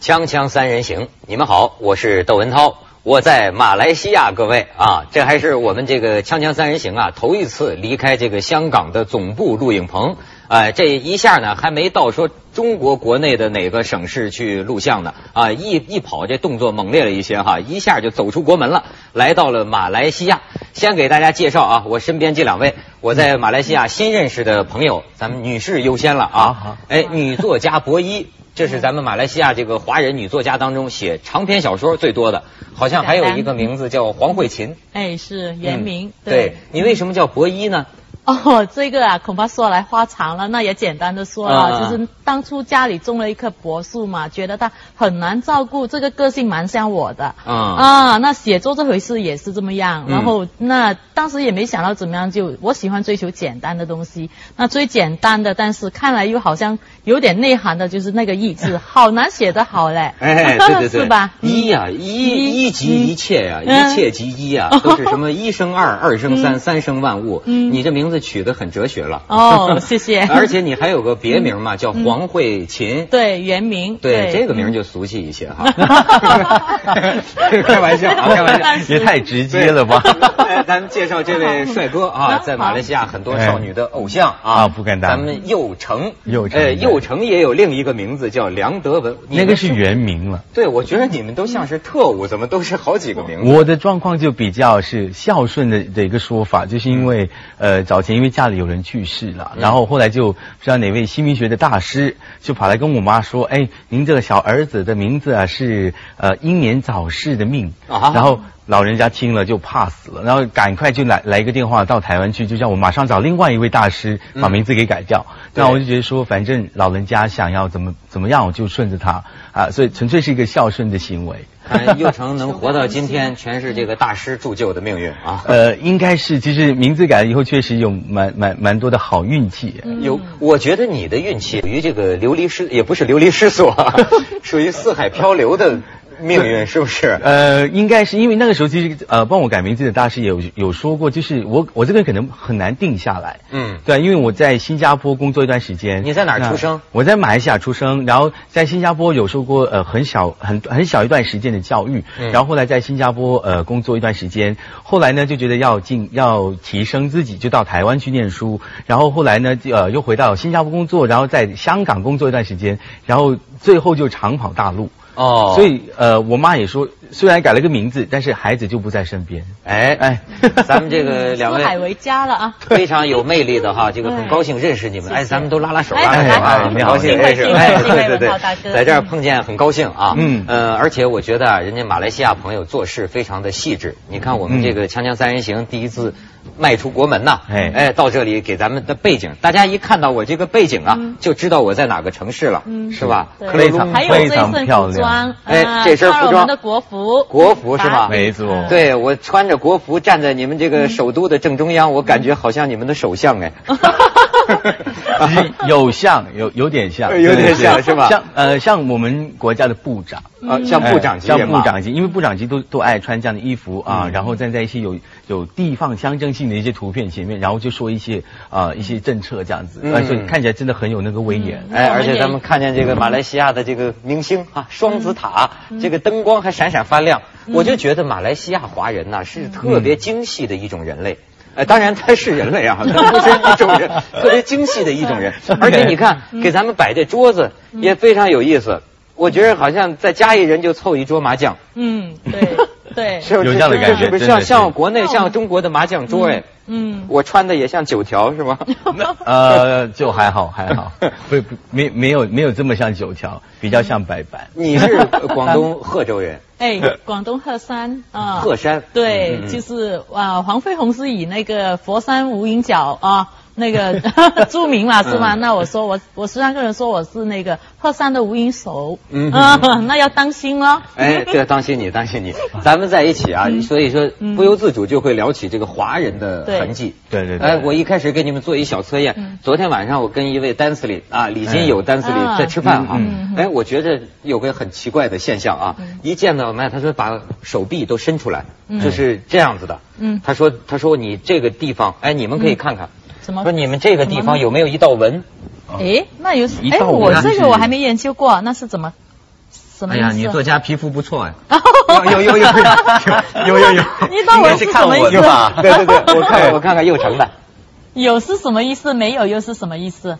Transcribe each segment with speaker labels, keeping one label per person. Speaker 1: 锵锵三人行，你们好，我是窦文涛，我在马来西亚，各位啊，这还是我们这个锵锵三人行啊，头一次离开这个香港的总部录影棚，呃，这一下呢还没到说中国国内的哪个省市去录像呢，啊，一一跑这动作猛烈了一些哈，一下就走出国门了，来到了马来西亚。先给大家介绍啊，我身边这两位，我在马来西亚新认识的朋友，咱们女士优先了啊，哎，女作家博一。这是咱们马来西亚这个华人女作家当中写长篇小说最多的，好像还有一个名字叫黄慧琴。
Speaker 2: 哎，是严明。
Speaker 1: 嗯、对你为什么叫博一呢？
Speaker 2: 哦，这个啊，恐怕说来话长了。那也简单的说
Speaker 1: 啊
Speaker 2: 了，嗯、就是当初家里种了一棵柏树嘛，觉得它很难照顾，这个个性蛮像我的。啊、嗯、
Speaker 1: 哦
Speaker 2: 啊，那写作这回事也是这么样。然后、嗯、那当时也没想到怎么样就，就我喜欢追求简单的东西。那最简单的，但是看来又好像有点内涵的，就是那个“ 意”字，好难写得好嘞。
Speaker 1: 哎，对 对对，
Speaker 2: 是吧？嗯
Speaker 1: 一呀、啊，一一即一切呀、啊，一切即一呀、啊，都是什么一生二，二生三，三生万物。你这名。字取得很哲学了
Speaker 2: 哦，谢谢。
Speaker 1: 而且你还有个别名嘛，叫黄慧琴。
Speaker 2: 对，原名。
Speaker 1: 嗯对，嗯这个名就俗气一些 哈。开玩笑啊，开玩笑，
Speaker 3: 也太直接了吧？
Speaker 1: 哎咱们介绍这位帅哥 啊，在马来西亚很多少女的偶像啊，
Speaker 3: 不敢当。
Speaker 1: 咱们佑成，
Speaker 3: 佑成，
Speaker 1: 佑成也有另一个名字叫梁德文，
Speaker 3: 那个是原名了。
Speaker 1: 对，我觉得你们都像是特务，怎么都是好几个名字？
Speaker 3: 我的状况就比较是孝顺的的一个说法，就是因为呃早。前因为家里有人去世了，然后后来就不知道哪位新民学的大师就跑来跟我妈说：“哎，您这个小儿子的名字啊是呃英年早逝的命。啊”然后老人家听了就怕死了，然后赶快就来来一个电话到台湾去，就叫我马上找另外一位大师把名字给改掉。嗯、那我就觉得说，反正老人家想要怎么怎么样，我就顺着他啊，所以纯粹是一个孝顺的行为。
Speaker 1: 看佑成能活到今天，全是这个大师铸就的命运 啊！
Speaker 3: 呃，应该是，其实名字改了以后，确实有蛮蛮蛮多的好运气。
Speaker 1: 嗯、有，我觉得你的运气属于这个流离失，也不是流离失所、 啊，属于四海漂流的。命运是不是？
Speaker 3: 呃，应该是因为那个时候其实呃帮我改名字的大师有有说过，就是我我这个人可能很难定下来。嗯，对，因为我在新加坡工作一段时间。
Speaker 1: 你在哪儿出生？
Speaker 3: 我在马来西亚出生，然后在新加坡有受过呃很小很很小一段时间的教育，嗯、然后后来在新加坡呃工作一段时间，后来呢就觉得要进要提升自己，就到台湾去念书，然后后来呢呃又回到新加坡工作，然后在香港工作一段时间，然后最后就长跑大陆。哦，所以呃，我妈也说，虽然改了个名字，但是孩子就不在身边。
Speaker 1: 哎哎，咱们这个呃两位
Speaker 2: 嗯海为家 了啊，
Speaker 1: 非常有魅力的哈，这个很高兴认识你们。哎，咱们都拉拉手，拉拉手
Speaker 2: 啊，
Speaker 1: 很高兴认识。哎，对对对，在这儿碰见很高兴啊。嗯呃，而且我觉得啊，人家马来西亚朋友做事非常的细致。你看我们这个《锵锵三人行》第一次迈出国门呐，哎哎，到这里给咱们的背景，大家一看到我这个背景啊，就知道我在哪个城市了，是吧？
Speaker 3: 非常非常漂亮。
Speaker 2: 装
Speaker 1: 哎，这身服装，
Speaker 2: 我们的国服，
Speaker 1: 国服是吧？
Speaker 3: 没错，
Speaker 1: 对嗯我穿着国服站在你们这个首都的正中央，我感觉好像你们的首相 哎，
Speaker 3: 有像有有点像，
Speaker 1: 有点像是吧？
Speaker 3: 像呃像我们国家的部长哎
Speaker 1: 啊，哎像部长级，
Speaker 3: 像部长级，因为部长级都都爱穿这样的衣服啊，
Speaker 1: 嗯
Speaker 3: 然后站在一些有有地方象征性的一些图片前面，然后就说一些啊一些政策这样子，
Speaker 1: 嗯
Speaker 3: 所以看起来真的很有那个威严。
Speaker 1: 哎，而且咱们看见这个马来西亚的这个明星啊，双。双子塔，
Speaker 3: 嗯
Speaker 1: 这个灯光还闪闪发亮，嗯、我就觉得马来西亚华人呐、啊、是特
Speaker 3: 嗯
Speaker 1: 别精细的一种人类。呃，当然他是人类啊，他不是一种 人，特别精细的一种人。而且你看，
Speaker 3: 嗯
Speaker 1: 给咱们摆这桌子也非常有意思。我觉得好像再加一人就凑一桌麻将。
Speaker 2: 嗯，对 对，
Speaker 1: 是不
Speaker 3: 是有这嗯样的感觉？
Speaker 1: 是不是像像国内像中国的麻将桌哎？嗯，我穿的也像九条 是吗？嗯
Speaker 3: 呃，就还好 还好，不不没没有没有这么像九条，比较像白板。
Speaker 1: 你是广东贺州 人？
Speaker 2: 哎，广东鹤山啊，
Speaker 1: 鹤山嗯
Speaker 2: 对，就是啊，黄飞鸿是以那个佛山无影脚啊。那个 著名
Speaker 1: 嗯
Speaker 2: 嘛是吗？那我说我我时常跟人说我是那个鹤山的无影手，
Speaker 1: 嗯
Speaker 2: 嗯、那要当心了。
Speaker 1: 哎，对，当心你，当心你，咱们在一起啊，
Speaker 2: 嗯
Speaker 1: 所以说不由自主就会聊起这个华人的痕迹。
Speaker 3: 对对对
Speaker 1: 哎，我一开始给你们做一小测验
Speaker 2: 嗯，
Speaker 1: 昨天晚上我跟一位 dance 里啊，李金友 dance 里
Speaker 2: 啊
Speaker 1: 在吃饭哈
Speaker 3: 嗯
Speaker 2: 嗯，嗯
Speaker 1: 哎，我觉得有个很奇怪的现象啊，一见到我们，他说把手臂都伸出来，
Speaker 2: 嗯
Speaker 1: 就是这样子的。
Speaker 2: 嗯
Speaker 1: 他说他说你这个地方，哎，你们可以看看，
Speaker 2: 怎么
Speaker 1: 说你们这个地方有没有一道纹？
Speaker 2: 诶，那有
Speaker 3: 一
Speaker 2: 哎，
Speaker 3: 道
Speaker 2: 我
Speaker 3: 纹
Speaker 2: 这
Speaker 3: 是
Speaker 2: 个我还没研究过，那是怎么？什么
Speaker 1: 哎
Speaker 2: 意思？
Speaker 1: 呀，女作家皮肤不错哎，有有有有有有 有，
Speaker 2: 你到
Speaker 1: 应
Speaker 2: 我
Speaker 1: 该
Speaker 2: 是
Speaker 1: 看
Speaker 2: 什么意
Speaker 1: 我
Speaker 2: 思
Speaker 1: 的吧？对对 对，我看我看看右成的，
Speaker 2: 有是什么意思？没有又是什么意思？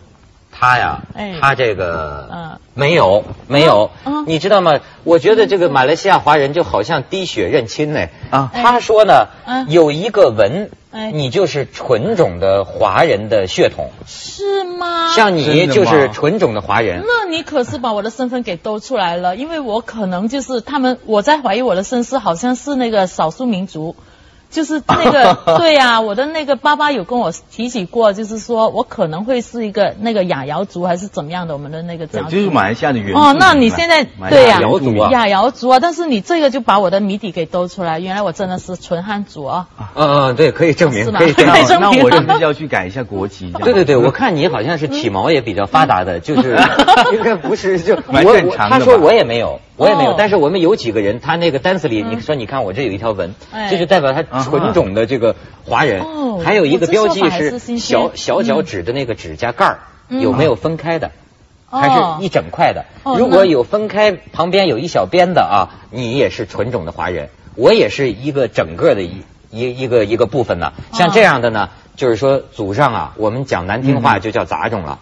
Speaker 1: 他呀
Speaker 2: 哎，
Speaker 1: 他这个
Speaker 2: 嗯，
Speaker 1: 没有没有
Speaker 2: 嗯，
Speaker 1: 你知道吗？我觉得这个马来西亚华人就好像滴血认亲呢
Speaker 3: 啊
Speaker 1: 他说呢，
Speaker 2: 哎嗯
Speaker 1: 有一个文
Speaker 2: 哎，
Speaker 1: 你就是纯种的华人的血统，
Speaker 2: 是吗？
Speaker 1: 像你
Speaker 3: 真的
Speaker 1: 就
Speaker 3: 吗
Speaker 1: 是纯种的华人。
Speaker 2: 那你可是把我的身份给兜出来了，因为我可能就是他们，我在怀疑我的身世好像是那个少数民族，就是那个对呀、我的那个爸爸有跟我提起过，就是说我可能会是一个那个雅瑶族还是怎么样的，我们的那个
Speaker 3: 对
Speaker 2: 家，族
Speaker 3: 就是马来西亚的原
Speaker 2: 哦，那你现在对
Speaker 1: 雅
Speaker 2: 呀、
Speaker 1: 瑶族啊
Speaker 2: 雅瑶族啊，但是你这个就把我的谜底给兜出来，原来我真的是纯汉族啊，
Speaker 1: 嗯嗯，对，可以证明，
Speaker 2: 是吧
Speaker 1: 可以 证
Speaker 3: 那
Speaker 1: 明
Speaker 2: 可以。证
Speaker 3: 那
Speaker 2: 明
Speaker 3: 我是不是要去改一下国籍？这样
Speaker 1: 对对对，我看你好像是体毛也比较发达的，就是 应该不是就
Speaker 3: 蛮
Speaker 1: 我
Speaker 3: 正
Speaker 1: 我
Speaker 3: 常
Speaker 1: 他
Speaker 3: 的
Speaker 1: 说
Speaker 3: 吧
Speaker 1: 我也没有，我也没有
Speaker 2: 哦，
Speaker 1: 但是我们有几个人，他那个单词里
Speaker 2: 嗯
Speaker 1: 你说你看我这有一条纹，
Speaker 2: 哎
Speaker 1: 这就代表
Speaker 3: 啊
Speaker 1: 他纯种的这个华人
Speaker 2: 哦，
Speaker 1: 还有一个标
Speaker 2: 我
Speaker 1: 记
Speaker 2: 这说法还是新鲜
Speaker 1: 小小脚趾的那个指甲盖儿
Speaker 2: 嗯
Speaker 1: 有没有分开的。
Speaker 2: 哦
Speaker 1: 还是一整块的，
Speaker 2: 哦
Speaker 1: 如果有分开，旁边有一小边的啊，你也是纯种的华人，我也是一个整个的一一一个一个部分呢。像这样的呢，就是说祖上啊，我们讲难听话就叫杂种了。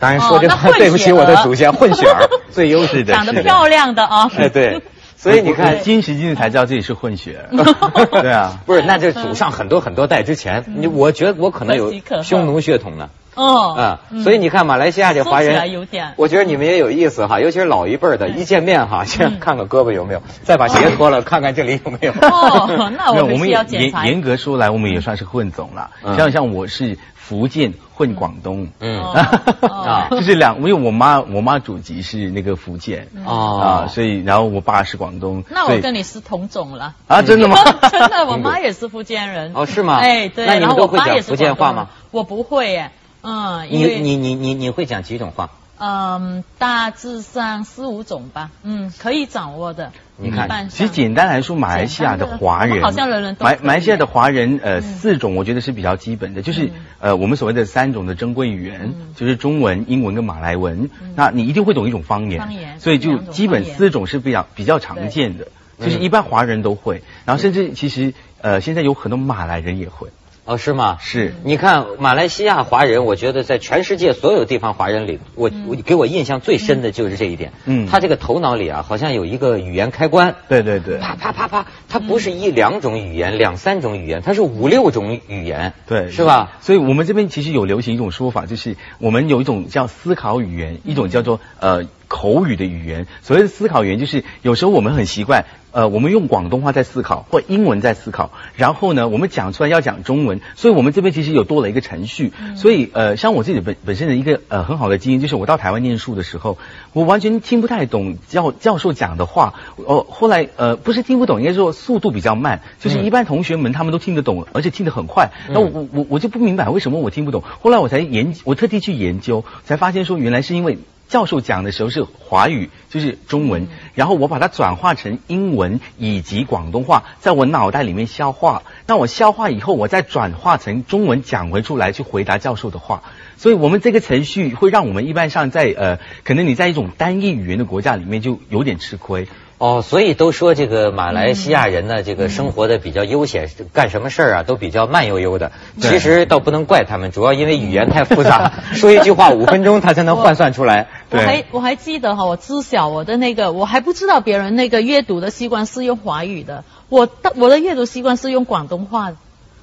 Speaker 1: 当然说这话、
Speaker 2: 嗯哦那混血儿
Speaker 1: 对不起我的祖 先，混血儿最优
Speaker 3: 是
Speaker 1: 势。
Speaker 3: 的，
Speaker 2: 长得
Speaker 3: 是的
Speaker 2: 漂亮的啊，
Speaker 1: 哎，对，所以你看
Speaker 2: 哎
Speaker 3: 我，今时今日才知道自己是 混血儿。对啊，
Speaker 1: 不是，那这祖上很多很多代之前，你我觉得我可能有
Speaker 2: 可嗯喜可贺
Speaker 1: 匈奴血统呢。
Speaker 2: 哦，
Speaker 1: 啊，所以你看马来西亚这华
Speaker 2: 说起来
Speaker 1: 人
Speaker 2: 有点嗯
Speaker 1: 我觉得你们也有意思哈，尤其是老一辈儿的，一见面哈，先看看胳膊有没有，再把鞋脱了看看这里有没有。
Speaker 2: 哦，那
Speaker 3: 没有
Speaker 2: 我回
Speaker 3: 们
Speaker 2: 去
Speaker 3: 也
Speaker 2: 要检查
Speaker 3: 严
Speaker 2: 一下
Speaker 3: 严格说来，我们也算是混种啦。
Speaker 1: 嗯
Speaker 3: 像像我是福建混广东， 啊
Speaker 1: 嗯
Speaker 2: 哦
Speaker 3: 就是两，因为我妈我妈祖籍是那个福建。啊，
Speaker 1: 哦，
Speaker 3: 所以然后我爸是广东，
Speaker 2: 嗯那
Speaker 3: 所
Speaker 2: 我
Speaker 3: 以
Speaker 2: 跟你是同种了。？
Speaker 3: 啊真的吗
Speaker 2: 真的，我妈也是福建人。
Speaker 1: 哦是吗
Speaker 2: 哎，对，
Speaker 1: 那你们
Speaker 2: 然后
Speaker 1: 都
Speaker 2: 我
Speaker 1: 会
Speaker 2: 爸
Speaker 1: 讲
Speaker 2: 也是
Speaker 1: 福建话
Speaker 2: 广东人
Speaker 1: 吗？
Speaker 2: 我不会耶，嗯，
Speaker 1: 你
Speaker 2: 因为
Speaker 1: 你你你你会讲几种话？
Speaker 2: 嗯，大致上四五种吧，嗯，可以掌握的。
Speaker 1: 你看
Speaker 2: 一半上
Speaker 3: 其实简单来说，马来西亚的华人，
Speaker 2: 简单的好像人人都
Speaker 3: 马
Speaker 2: 可以嗯
Speaker 3: 马来西亚的华人，呃，四种我觉得是比较基本的，就是呃我们所谓的三种的珍贵语言，
Speaker 2: 嗯
Speaker 3: 就是中文、英文跟马来文。那你一定会懂一种方言，
Speaker 2: 方言
Speaker 3: 所以就
Speaker 2: 两种
Speaker 3: 基本
Speaker 2: 方言
Speaker 3: 四种是比较比较常见的，就是一般华人都会，然
Speaker 2: 嗯
Speaker 3: 后甚至其实呃现在有很多马来人也会，
Speaker 1: 哦，是吗？
Speaker 3: 是
Speaker 1: 你看马来西亚华人，我觉得在全世界所有地方华人里，我
Speaker 2: 嗯
Speaker 1: 我给我印象最深的就是这一点。
Speaker 3: 嗯
Speaker 1: 他这个头脑里啊，好像有一个语言开关。
Speaker 3: 对对对
Speaker 1: 啪啪啪啪，它不是
Speaker 2: 嗯
Speaker 1: 一两种语言、两三种语言，它是五六种语言，
Speaker 3: 对，嗯
Speaker 1: 是吧？？
Speaker 3: 所以我们这边其实有流行一种说法，就是我们有一种叫思考语言，一种叫做呃口语的语言。所谓的思考语言，就是有时候我们很习惯，呃，我们用广东话在思考，或英文在思考，然后呢，我们讲出来要讲中文，所以我们这边其实有多了一个程序。
Speaker 1: 嗯
Speaker 3: 所以呃，像我自己本本身的一个呃很好的经验，就是我到台湾念书的时候，我完全听不太懂教教授讲的话。哦，后来呃不是听不懂，应该说速度比较慢，
Speaker 1: 嗯
Speaker 3: 就是一般同学们他们都听得懂，而且听得很快。那我我
Speaker 2: 嗯
Speaker 3: 我我就不明白为什么我听不懂。后来我才研，我特地去研究，才发现说原来是因为。教授讲的时候是华语，就是
Speaker 2: 嗯
Speaker 3: 中文，然后我把它转化成英文以及广东话，在我脑袋里面消化。那我消化以后，我再转化成中文讲回出来，去回答教授的话。所以我们这个程序会让我们一般上在呃，可能你在一种单一语言的国家里面就有点吃亏。
Speaker 1: 哦，所以都说这个马来西亚人呢，这个生活的比较悠闲，
Speaker 2: 嗯
Speaker 1: 干什么事儿啊都比较慢悠悠的。
Speaker 3: 对
Speaker 1: 其实倒不能怪他们，主要因为语言太复杂， 说一句话五分钟他才能换算出来。
Speaker 2: 我
Speaker 3: 对
Speaker 2: 还我还记得哈，我知晓我的那个，我还不知道别人那个阅读的习惯是用华语的，我的我的阅读习惯是用广东话的。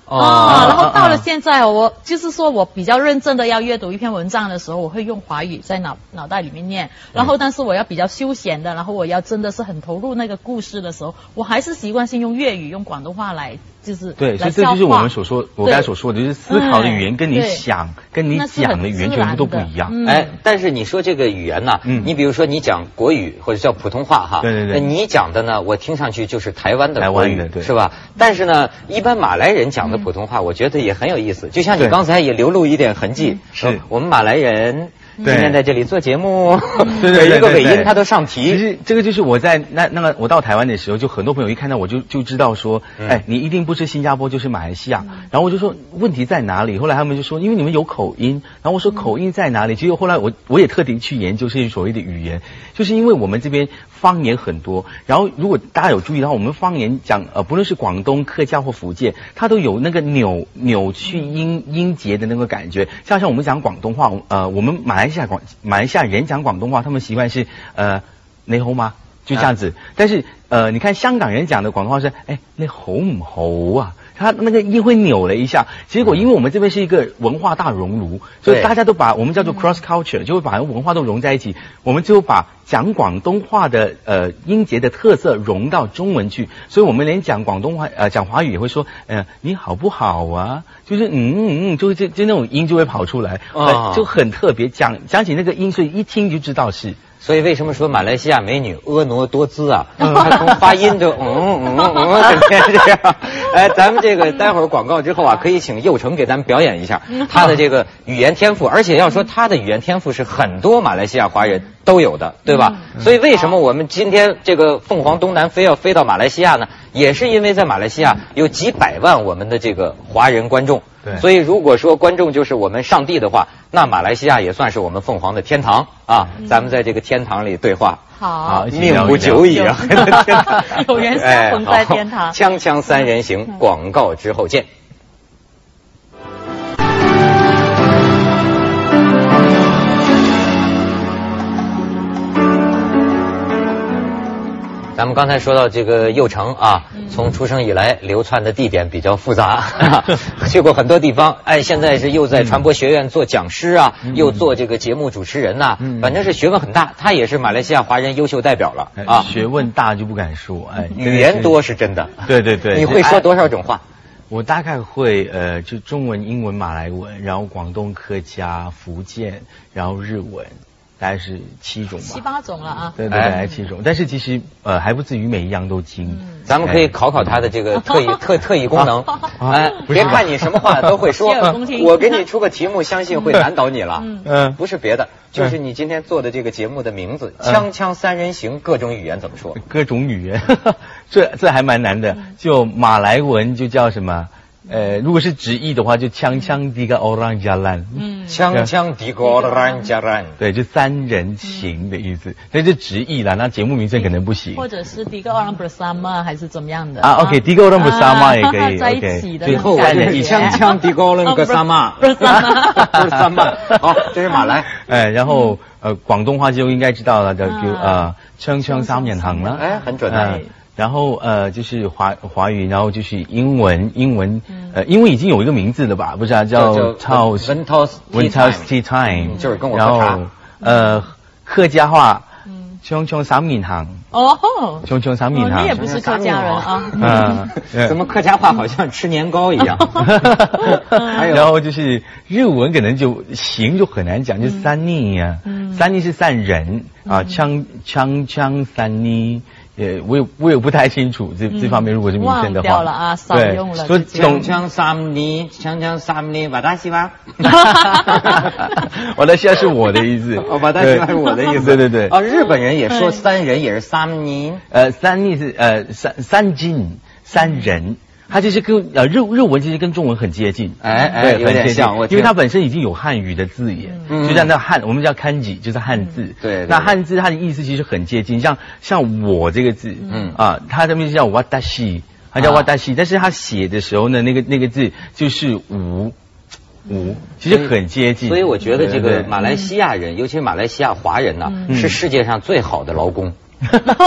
Speaker 3: 哦
Speaker 2: 啊、然后到了现在，我就是说我比较认真的要阅读一篇文章的时候，我会用华语在脑脑袋里面念，然后但是我要比较休闲的，然后我要真的是很投入那个故事的时候，我还是习惯性用粤语、用广东话来就是
Speaker 3: 对，所
Speaker 2: 来
Speaker 3: 以这
Speaker 2: 消
Speaker 3: 就是我
Speaker 2: 化
Speaker 3: 们所说，我刚才所说的，就是思考的语言跟你
Speaker 2: 对
Speaker 3: 想、跟你
Speaker 2: 那是
Speaker 3: 讲
Speaker 2: 很
Speaker 3: 的语言
Speaker 2: 自
Speaker 3: 全部都不
Speaker 2: 然的
Speaker 3: 一样。
Speaker 2: 嗯
Speaker 1: 哎，但是你说这个语言呢、
Speaker 3: 嗯
Speaker 1: 你比如说你讲国语或者叫普通话哈，
Speaker 3: 对对对
Speaker 1: 那你讲的呢，我听上去就是台湾的
Speaker 3: 台
Speaker 1: 国
Speaker 3: 湾的
Speaker 1: 语，
Speaker 3: 对嗯
Speaker 1: 是吧？但是呢，一般马来人讲的普通话，我觉得也很有意思，就像你
Speaker 3: 对嗯
Speaker 1: 刚才也流露一点痕迹，
Speaker 3: 是
Speaker 1: 呃我们马来人。今
Speaker 3: 对
Speaker 1: 天在这里做节目，
Speaker 3: 对对对
Speaker 1: 每一个尾
Speaker 3: 对对
Speaker 1: 音他都上
Speaker 3: 其
Speaker 1: 题，
Speaker 3: 实这个就是我在那那个我到台湾的时候，就很多朋友一看到我就就知道说，
Speaker 1: 嗯
Speaker 3: 哎，你一定不是新加坡就是马来西亚。然后我就说问题在哪里？后来他们就说因为你们有口音。然后我说口音在哪里？结果后来我我也特地去研究这些所谓的语言，就是因为我们这边方言很多。然后如果大家有注意到，我们方言讲呃不论是广东、客家或福建，它都有那个扭扭去音音节的那个感觉。像像我们讲广东话，呃，我们马来西亚广马来西亚人讲广东话，他们习惯是呃。你好吗？就这样子。但是呃，你看香港人讲的广东话是，哎，你好唔好啊？他那个音会扭了一下，结果因为我们这边是一个文化大熔炉，所以
Speaker 1: 对
Speaker 3: 大家都把我们叫做 cross culture，就会把文化都融在一起。我们就把讲广东话的呃音节的特色融到中文去，所以我们连讲广东话呃讲华语也会说，呃你好不好啊？就是嗯嗯嗯，就是就就那种音就会跑出来，
Speaker 1: 哦
Speaker 3: 呃就很特别。讲讲起那个音，所以一听就知道是。
Speaker 1: 所以为什么说马来西亚美女婀娜多姿啊？她从发音就嗯嗯嗯嗯，整天这样。哎，咱们这个待会儿广告之后啊，可以请佑成给咱们表演一下她的这个语言天赋，而且要说她的语言天赋是很多马来西亚华人都有的，对吧？所以为什么我们今天这个凤凰东南飞要飞到马来西亚呢？也是因为在马来西亚有几百万我们的这个华人观众。
Speaker 3: 对
Speaker 1: 所以如果说观众就是我们上帝的话，那马来西亚也算是我们凤凰的天堂啊！咱们在这个天堂里对话，啊
Speaker 2: 好
Speaker 3: 嗯一起聊一聊
Speaker 1: 命不久矣啊！
Speaker 2: 有缘相逢在天堂
Speaker 1: 哎好锵锵三人
Speaker 3: 嗯
Speaker 1: 行，广告之后见。咱们刚才说到这个右城啊，
Speaker 3: 嗯
Speaker 1: 从出生以来流窜的地点比较复杂， 去过很多地方。哎，现在是又在传播学院做讲师啊，又做这个节目主持人呐、
Speaker 3: 嗯
Speaker 1: 反正是学问很大。他也是马来西亚华人优秀代表了
Speaker 3: 哎
Speaker 1: 啊，
Speaker 3: 学问大就不敢说，哎，真的
Speaker 1: 语
Speaker 3: 是
Speaker 1: 言多，是真的。
Speaker 3: 对 对对，
Speaker 1: 你会说多少种话？
Speaker 3: 我大概会呃，就中文、英文、马来文，然后广东客家、福建，然后日文，大概是七种吧。
Speaker 2: 七八种了啊。
Speaker 3: 对对对，
Speaker 1: 哎
Speaker 3: 大概七种。但是其实呃，还不至于每一样都精。
Speaker 1: 咱们可以考考他的这
Speaker 2: 哎
Speaker 1: 个特 异特特异功能，哎，
Speaker 3: 不是
Speaker 1: 别
Speaker 3: 吧
Speaker 1: 看你什么话都会 说
Speaker 2: 洗耳恭，听
Speaker 1: 我给你出个题目，相信会难倒你了。
Speaker 2: 嗯
Speaker 3: 嗯
Speaker 1: 不是别的，就是你今天做的这个节目的名字《
Speaker 3: 嗯
Speaker 1: 锵锵三人行》，各种语言怎么说？
Speaker 3: 哎各种语言， 这这还蛮难
Speaker 1: 嗯
Speaker 3: 的。就马来文就叫什么？呃，如果是直译的话，就锵锵迪个 orang jalan。
Speaker 2: 嗯，
Speaker 1: 锵锵迪戈兰加兰，
Speaker 3: 对，就三人行的意思，那就直译啦。那节目名称可能不行。
Speaker 2: 或者是第一个 orang bersama 还是怎么样的
Speaker 3: 啊，OK，第一个 orang bersama
Speaker 2: 啊
Speaker 3: 也可 以
Speaker 2: 在一
Speaker 3: ，OK
Speaker 2: 起的
Speaker 3: 最
Speaker 1: 以
Speaker 2: 那
Speaker 1: 后啊我
Speaker 2: 种感
Speaker 1: 就
Speaker 2: 觉。
Speaker 3: 哎
Speaker 1: 是锵锵迪戈伦格萨玛，
Speaker 2: 哦 不是不是萨 玛
Speaker 1: 不是萨玛。 好，这是马来。
Speaker 3: 哎，然后呃，广东话就应该知道了，叫
Speaker 2: 啊
Speaker 3: 就呃，锵锵三人行啦，
Speaker 1: 哎很准
Speaker 3: 呃
Speaker 1: 哎
Speaker 3: 然后呃，就是华华语，然后就是英文，英文
Speaker 2: 嗯，
Speaker 3: 呃，英文已经有一个名字了吧？不是啊，
Speaker 1: 叫
Speaker 3: 叫
Speaker 1: 叫
Speaker 3: Charles
Speaker 1: Wen Tao's Tea
Speaker 3: Wen Tao's
Speaker 1: Time
Speaker 3: Tea Time，
Speaker 1: 嗯就是跟我喝
Speaker 3: 然
Speaker 1: 茶
Speaker 3: 后呃，客家话
Speaker 2: 嗯，
Speaker 3: 锵锵三人行，
Speaker 2: 哦，哦
Speaker 3: 锵锵三人
Speaker 2: 你也不
Speaker 3: 行，
Speaker 2: 是客家人 啊。嗯
Speaker 3: 嗯，对
Speaker 1: 怎么客家话好像吃年糕一 样？
Speaker 2: 哎
Speaker 1: 还有
Speaker 3: 然后就是日文可能就行就很难讲，就三逆呀、
Speaker 2: 嗯
Speaker 3: 三逆是散人啊，枪枪枪三逆。也我也我也不太清楚这、
Speaker 2: 嗯
Speaker 3: 这方面，如果是名称的话，
Speaker 2: 忘掉了啊少
Speaker 3: 对
Speaker 2: 用了
Speaker 3: 说
Speaker 2: 就这
Speaker 3: 总
Speaker 1: 锵锵三尼，锵锵三尼，瓦达西哇。
Speaker 3: 我的现在是我的意思，
Speaker 1: 哦，瓦达西哇是我的意思。
Speaker 3: 对对对，
Speaker 1: 啊，日本人也说
Speaker 2: 对
Speaker 1: 三人也是三尼。
Speaker 3: 呃，三逆是呃三三斤三人，它就是跟呃日日文其实跟中文很接近，
Speaker 1: 哎哎
Speaker 3: 对
Speaker 1: 有点
Speaker 3: 很接近
Speaker 1: 像我听
Speaker 3: 因为它本身已经有汉语的字眼，
Speaker 1: 嗯
Speaker 3: 就像那汉我们叫汉字，就是汉字，
Speaker 1: 对对
Speaker 3: 那
Speaker 1: 对
Speaker 3: 汉字它的意思其实很接近，像像我这个字，
Speaker 1: 嗯
Speaker 3: 嗯啊，它这边叫 watashi，它叫
Speaker 1: 啊
Speaker 3: watashi，、但是它写的时候呢，那个那个字就是无无，其实很接近，
Speaker 1: 所以我觉得这
Speaker 3: 对
Speaker 1: 个
Speaker 3: 对
Speaker 1: 嗯马来西亚人，尤其是马来西亚华人呐、
Speaker 2: 嗯
Speaker 1: 是世界上最好的劳工。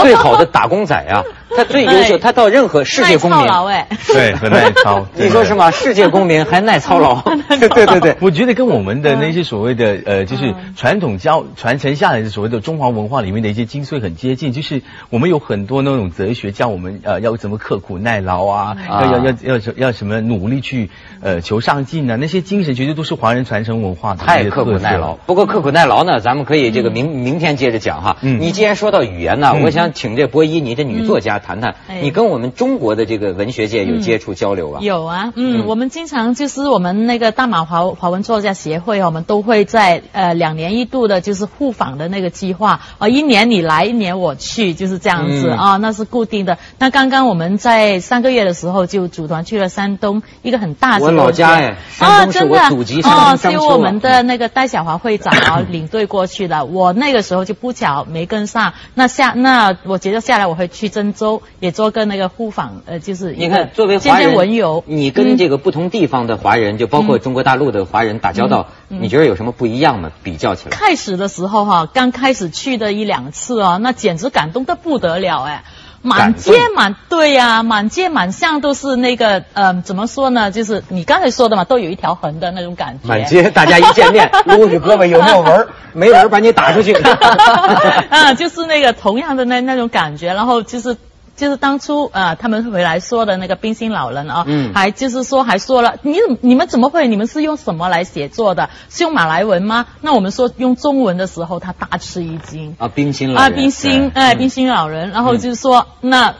Speaker 1: 最好的打工仔啊，他最优秀，
Speaker 2: 对
Speaker 1: 他到任何世界
Speaker 2: 耐
Speaker 1: 公
Speaker 2: 操
Speaker 1: 民，
Speaker 2: 劳哎，
Speaker 3: 对，很耐操
Speaker 1: 。你说是
Speaker 3: 吗？
Speaker 1: 吗？世界公民还耐操劳， 对对对对，
Speaker 3: 我觉得跟我们的
Speaker 1: 嗯
Speaker 3: 那些所谓的呃，就是传统教传承下来的所谓的中华文化里面的一些精髓很接近，就是我们有很多那种哲学教我们呃要怎么刻苦耐劳啊，
Speaker 1: 啊
Speaker 3: 要要要要什要什么努力去呃求上进啊，那些精神其实都是华人传承文化的一
Speaker 1: 太
Speaker 3: 些
Speaker 1: 刻苦
Speaker 3: 特色
Speaker 1: 耐劳。。不过刻苦耐劳呢，咱们可以这个
Speaker 2: 嗯
Speaker 1: 明明天接着讲哈。
Speaker 3: 嗯
Speaker 1: 你既然说到语言呢，
Speaker 3: 嗯
Speaker 1: 我想请这博一，你这女作家谈谈
Speaker 2: 哎，嗯
Speaker 1: 你跟我们中国的这个文学界有接触交流啊？
Speaker 2: 有啊，嗯，
Speaker 1: 嗯
Speaker 2: 我们经常就是我们那个大马华华文作家协会，我们都会在呃两年一度的，就是互访的那个计划，呃，一年你来，一年我去，就是这样子
Speaker 1: 嗯
Speaker 2: 啊、那是固定的。那刚刚我们在上个月的时候就组团去了山东一个很大的
Speaker 1: 我老
Speaker 2: 国
Speaker 1: 家
Speaker 2: 家
Speaker 1: 哎山东是我祖籍山东
Speaker 2: 啊，
Speaker 1: 章
Speaker 2: 是由
Speaker 1: 丘
Speaker 2: 我
Speaker 1: 啊
Speaker 2: 们的那个戴小华会长啊领队过 去的，我那个时候就不巧没跟上。那下那我觉得下来我会去郑州也做个那个互访，呃，就是
Speaker 1: 你看，作为华
Speaker 2: 见
Speaker 1: 人
Speaker 2: 见文友，
Speaker 1: 你跟
Speaker 2: 嗯
Speaker 1: 这个不同地方的华人，就包括中国大陆的华人打交道，
Speaker 2: 嗯
Speaker 1: 你觉得有什么不一样吗？比较起来，
Speaker 2: 开始的时候哈、刚开始去的一两次啊，那简直感动的不得了哎。满街
Speaker 1: 感
Speaker 2: 满对呀、满街满巷都是那个，呃，怎么说呢？就是你刚才说的嘛，都有一条痕的那种感觉。
Speaker 1: 满街大家一见面， 撸着胳膊有没有纹儿？没纹儿把你打出去。
Speaker 2: 啊，就是那个同样的那那种感觉，然后就是。就是当初啊、呃他们回来说的那个冰心老人啊，
Speaker 1: 嗯
Speaker 2: 还就是说还说了，你怎么你们怎么会？你们是用什么来写作的？是用马来文吗？那我们说用中文的时候，他大吃一惊
Speaker 1: 啊，冰心老
Speaker 2: 啊，
Speaker 1: 人
Speaker 2: 冰心，
Speaker 1: 嗯
Speaker 2: 哎，冰心老人，然后就是说、那。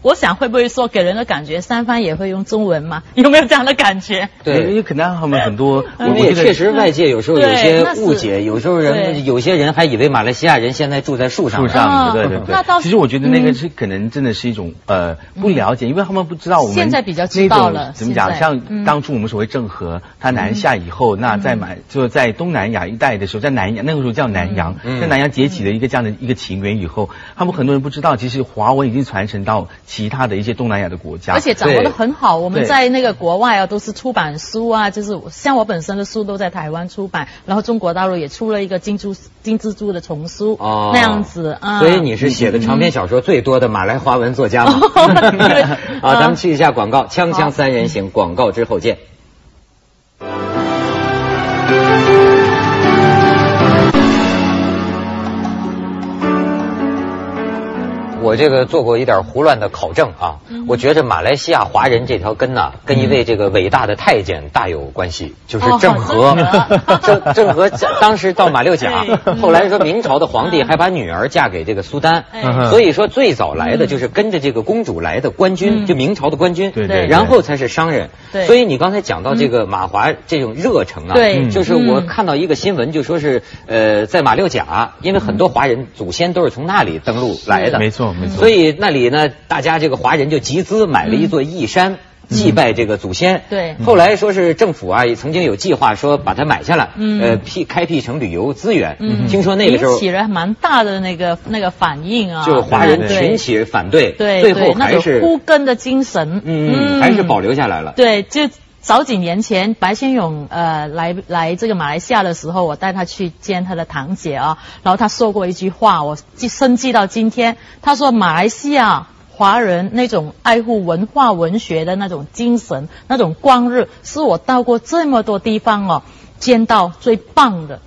Speaker 2: 我想会不会说给人的感觉，三番也会用中文吗？有没有这样的感觉？
Speaker 1: 对
Speaker 3: 因，为可能他们很多，我
Speaker 1: 因为
Speaker 3: 我
Speaker 1: 也
Speaker 3: 觉得
Speaker 1: 嗯确实外界有时候有
Speaker 2: 对
Speaker 1: 些
Speaker 2: 那是
Speaker 1: 误解，有时候
Speaker 2: 对
Speaker 1: 人有些人还以为马来西亚人现在住在树上
Speaker 3: 树
Speaker 1: 呢。
Speaker 3: 上
Speaker 2: 嗯
Speaker 3: 的，对对
Speaker 2: 那嗯倒是
Speaker 3: 对。其实我觉得那个是可能真的是一种呃不了解，因为他们不知道我们
Speaker 2: 嗯现在比较知道了
Speaker 3: 那种怎么讲？
Speaker 2: 现在
Speaker 3: 像
Speaker 2: 嗯
Speaker 3: 当初我们所谓郑和他南下以后，那在满就在东南亚一带的时候，在南洋那个时候叫南洋，
Speaker 1: 嗯
Speaker 3: 在南洋崛起的一个这样的一个情缘以后，他们很多人不知道，其实华文已经传承到其他的一些东南亚的国家，
Speaker 2: 而且掌握
Speaker 1: 对
Speaker 2: 的很好。我们
Speaker 3: 对
Speaker 2: 在那个国外啊，都是出版书啊，就是像我本身的书都在台湾出版，然后中国大陆也出了一个金珠金蜘蛛的丛书、
Speaker 1: 哦
Speaker 2: 那样子啊。
Speaker 1: 所以你是写的长篇小说最多的马来华文作 家吗？
Speaker 2: 哦对
Speaker 1: 啊，咱们去一下广告，《锵锵
Speaker 2: 好
Speaker 1: 三人行》广告之后见。我这个做过一点胡乱的考证啊，
Speaker 2: 嗯
Speaker 1: 我觉着马来西亚华人这条根呐、跟一位这个伟大的太监大有关系，就是
Speaker 2: 哦
Speaker 1: 郑和
Speaker 2: 郑。和
Speaker 1: 郑郑和当时到马六甲
Speaker 2: 对， 嗯
Speaker 1: 后来说明朝的皇帝还把女儿嫁给这个苏丹，
Speaker 2: 哎
Speaker 3: 嗯
Speaker 1: 所以说最早来的就是跟着这个公主来的官军，
Speaker 2: 嗯
Speaker 1: 就明朝的官军，
Speaker 3: 对
Speaker 2: 对对
Speaker 1: 然后才是商人。
Speaker 2: 对
Speaker 1: 所以你刚才讲到这个马华这种热诚啊，
Speaker 2: 对
Speaker 1: 就是我
Speaker 2: 嗯
Speaker 1: 看到一个新闻，就说是呃，在马六甲，因为很多华人祖先都是从那里登陆来
Speaker 2: 嗯
Speaker 1: 的，
Speaker 3: 没错没错
Speaker 1: 所以那里呢，大家这个华人就集资买了一座义山。祭拜这个祖先，
Speaker 2: 嗯对
Speaker 1: 后来说是政府啊，也曾经有计划说把它买下来，
Speaker 2: 嗯
Speaker 1: 呃，辟开辟成旅游资源。
Speaker 2: 嗯
Speaker 1: 听说那个时候
Speaker 2: 引起了蛮大的那个那个反应啊，
Speaker 1: 就是华人
Speaker 2: 对
Speaker 1: 群。起反对，
Speaker 2: 对，
Speaker 1: 最
Speaker 2: 对
Speaker 1: 后还
Speaker 2: 那
Speaker 1: 是
Speaker 2: 种枯根的精神，
Speaker 1: 嗯，还是保留下来了。
Speaker 2: 对，就早几年前，白先勇呃来来这个马来西亚的时候，我带他去见他的堂姐啊，然后他说过一句话，我记深记到今天。他说马来西亚。华人那种爱护文化文学的那种精神、那种光日，是我到过这么多地方哦，见到最棒的。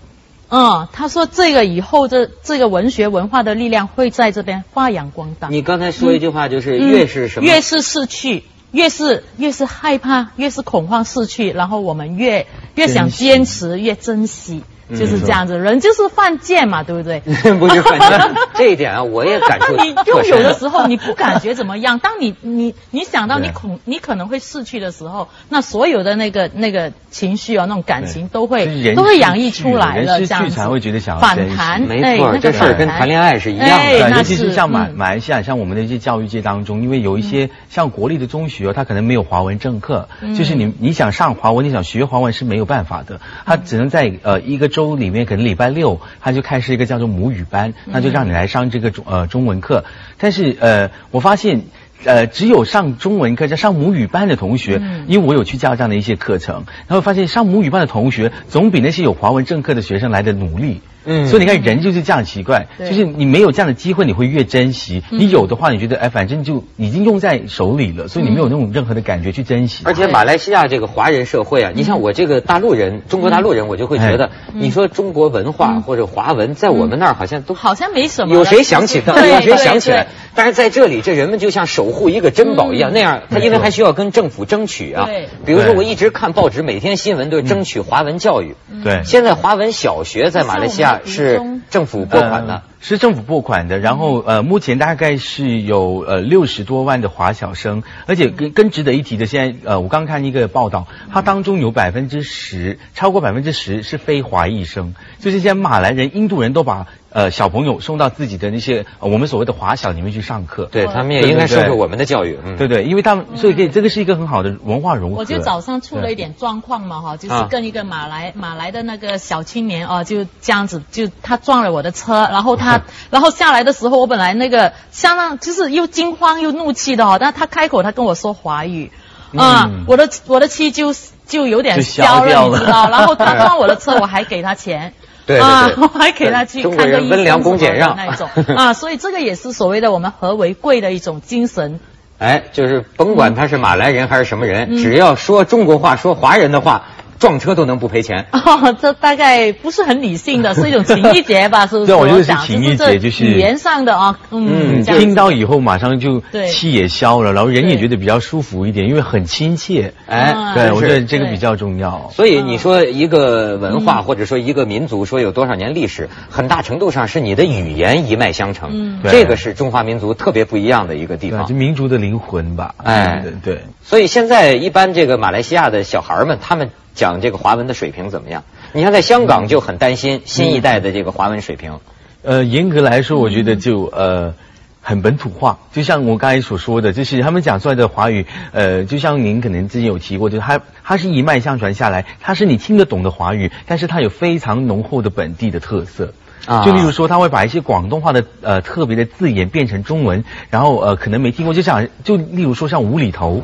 Speaker 2: 嗯，他说这个以后这这个文学文化的力量会在这边发扬光大。
Speaker 1: 你刚才说一句话，就是
Speaker 2: 嗯
Speaker 1: 越是什么
Speaker 2: 越是失去，越是越是害怕，越是恐慌失去，然后我们越越想坚持，越珍惜，
Speaker 3: 嗯
Speaker 2: 就是这样子。人就是犯贱嘛，对不对？
Speaker 1: 不是反正这一点啊，我也感触
Speaker 2: 你
Speaker 1: 特
Speaker 2: 拥有
Speaker 1: 深
Speaker 2: 的时 候，你不感觉怎么样？当你你你想到你
Speaker 3: 对
Speaker 2: 恐你可能会失去的时候，那所有的那个那个情绪啊，那种感情都
Speaker 3: 就
Speaker 2: 会
Speaker 3: 是人
Speaker 2: 都会洋溢出来
Speaker 3: 失去
Speaker 2: 了，
Speaker 3: 人失
Speaker 2: 这样
Speaker 3: 去
Speaker 2: 子
Speaker 3: 才会觉得想要
Speaker 2: 反
Speaker 3: 珍惜
Speaker 2: 弹，
Speaker 1: 没
Speaker 2: 哎
Speaker 1: 错，
Speaker 2: 那
Speaker 1: 这
Speaker 2: 个
Speaker 1: 事儿跟
Speaker 2: 反弹
Speaker 1: 谈恋爱是一样
Speaker 2: 哎
Speaker 1: 的。
Speaker 2: 那
Speaker 3: 尤其是
Speaker 2: 是
Speaker 3: 像马
Speaker 2: 嗯
Speaker 3: 马来西亚，像我们的一些教育界当中，因为有一些像国立的中学，它可能没有华文正课，
Speaker 2: 嗯
Speaker 3: 就是你你想上华文，你想学华文是没有办法的，
Speaker 2: 嗯
Speaker 3: 它只能在呃一个周里面，可能礼拜六它就开设一个叫做母语班，
Speaker 2: 嗯
Speaker 3: 那就让你来上这个中呃中文课，但是呃我发现。呃，只有上中文课、上母语班的同学，
Speaker 2: 嗯
Speaker 3: 因为我有去教这样的一些课程，然后发现上母语班的同学总比那些有华文正课的学生来的努力。嗯，所以你看人就是这样奇怪，就是你没有这样的机会，你会越珍惜；
Speaker 1: 嗯
Speaker 3: 你有的话，你觉得哎，反正就已经用在手里了，所以你没有那种任何的感觉去珍惜。
Speaker 1: 而且马来西亚这个华人社会啊，你像我这个大陆人，中国大陆人，我就会觉得，你说中国文化或者华文，在我们那儿好像都
Speaker 2: 好像没什
Speaker 1: 嗯
Speaker 2: 么，
Speaker 1: 有谁想起他？有谁想起来？嗯但是在这里，这人们就像守护一个珍宝一样，那样他因为还需要跟政府争取啊。
Speaker 2: 对。
Speaker 1: 比如说，我一直看报纸，每天新闻都争取华文教育。
Speaker 3: 对。
Speaker 1: 现在华文小学在马来西亚是政府拨款的。
Speaker 3: 呃是政府拨款的，然
Speaker 1: 嗯
Speaker 3: 后呃，目前大概是有呃六十多万的华小生，而且更更值得一提的，现在呃，我刚看一个报道，
Speaker 1: 嗯
Speaker 3: 它当中有百分之十，超过百分之十是非华裔生，就是现在马来人、印度人都把呃小朋友送到自己的那些、呃、我们所谓的华小里面去上课，
Speaker 1: 哦对他们也应该受受我们的教育，嗯
Speaker 3: 对对，因为他们所以可以这个是一个很好的文化融合。
Speaker 2: 我就早上出了一点状况嘛哈，就是
Speaker 1: 啊
Speaker 2: 跟一个马来马来的那个小青年哦，就这样子就他撞了我的车，然后 他。他，然后下来的时候，我本来那个相当就是又惊慌又怒气的哈、哦，但他开口，他跟我说华语，啊、嗯嗯，我的我的气就就有点消了，你知道？然 后他撞我的车，我还给他钱。
Speaker 1: 对啊，
Speaker 2: 我还给他去看个医
Speaker 1: 温良恭俭让
Speaker 2: 那种啊，所以这个也是所谓的我们和为贵的一种精神。
Speaker 1: 哎，就是甭管他是马来人还是什么人，嗯、只要说中国话、说华人的话。撞车都能不赔钱
Speaker 2: 哦，这大概不是很理 性的，是一种情意结吧，是不是？
Speaker 3: 对，我觉得是情意结，就是
Speaker 2: 语言上的啊，
Speaker 3: 嗯，听到以后马上就气也消了，然后人也觉得比较舒服一点，因为很亲切。哎，对，我觉得这个比较重要。
Speaker 1: 所以你说一个文化或者说一个民族说有多少年历史，很大程度上是你的语言一脉相承，这个是中华民族特别不一样的一个地方，
Speaker 3: 就民族的灵魂吧。哎，对。
Speaker 1: 所以现在一般这个马来西亚的小孩们，他们。讲这个华文的水平怎么样？你看，在香
Speaker 3: 嗯
Speaker 1: 港就很担心新一代的这个华文水平。
Speaker 3: 呃，严格来说，我觉得就呃很本土化，就像我刚才所说的，就是他们讲出来的华语，呃，就像您可能之前有提过，就是它它是一脉相传下来，它是你听得懂的华语，但是它有非常浓厚的本地的特色。就
Speaker 1: 啊
Speaker 3: 例如说，他会把一些广东话的呃特别的字眼变成中文，然后呃可能没听过，就像就例如说像无厘头。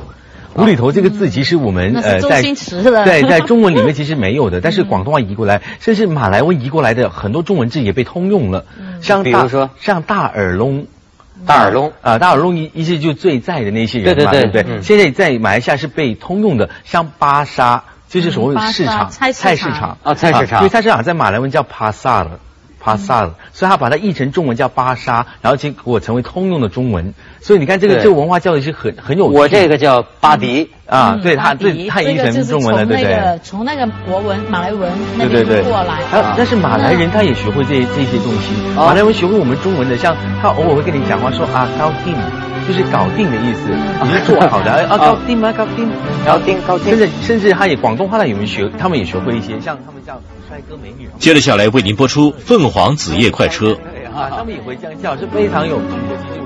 Speaker 3: 无厘头这个字，其实我们、
Speaker 2: 嗯、呃在
Speaker 3: 对在中文里面其实没有的，但是广东话移过来，甚至马来文移过来的很多中文字也被通用了，嗯、像
Speaker 1: 比如说
Speaker 3: 像大耳窿。
Speaker 1: 大耳窿
Speaker 3: 啊，大耳窿一一直就最在的那些人
Speaker 1: 嘛，对
Speaker 3: 不对？嗯、现在在马来西亚是被通用的，像巴嗯沙就是所谓的市场
Speaker 2: 菜
Speaker 3: 市场
Speaker 1: 啊，菜市场，
Speaker 3: 因为菜市场在马来文叫帕萨了。巴萨了，所以他把它译成中文叫巴沙，然后结果成为通用的中文。所以你看，这个这个文化教育是很很有。
Speaker 1: 我这个叫巴迪
Speaker 2: 嗯
Speaker 3: 啊，对他对他译成中文了，对不对？
Speaker 2: 从那个国文马来文那边过来。
Speaker 3: 他但是马来人他也学会这这些东西，马来文学会我们中文的，像他偶尔会跟你讲话说啊高定，就是搞定的意思，你是做好的啊高定啊高定
Speaker 1: 高定高定。
Speaker 3: 甚至甚至他也广东话他有没学，他们也学会一些，像他们叫帅哥美女。
Speaker 4: 接着下来为您播出《凤凰子夜快车》。
Speaker 3: 啊，他们也会这样叫，是非常有名的。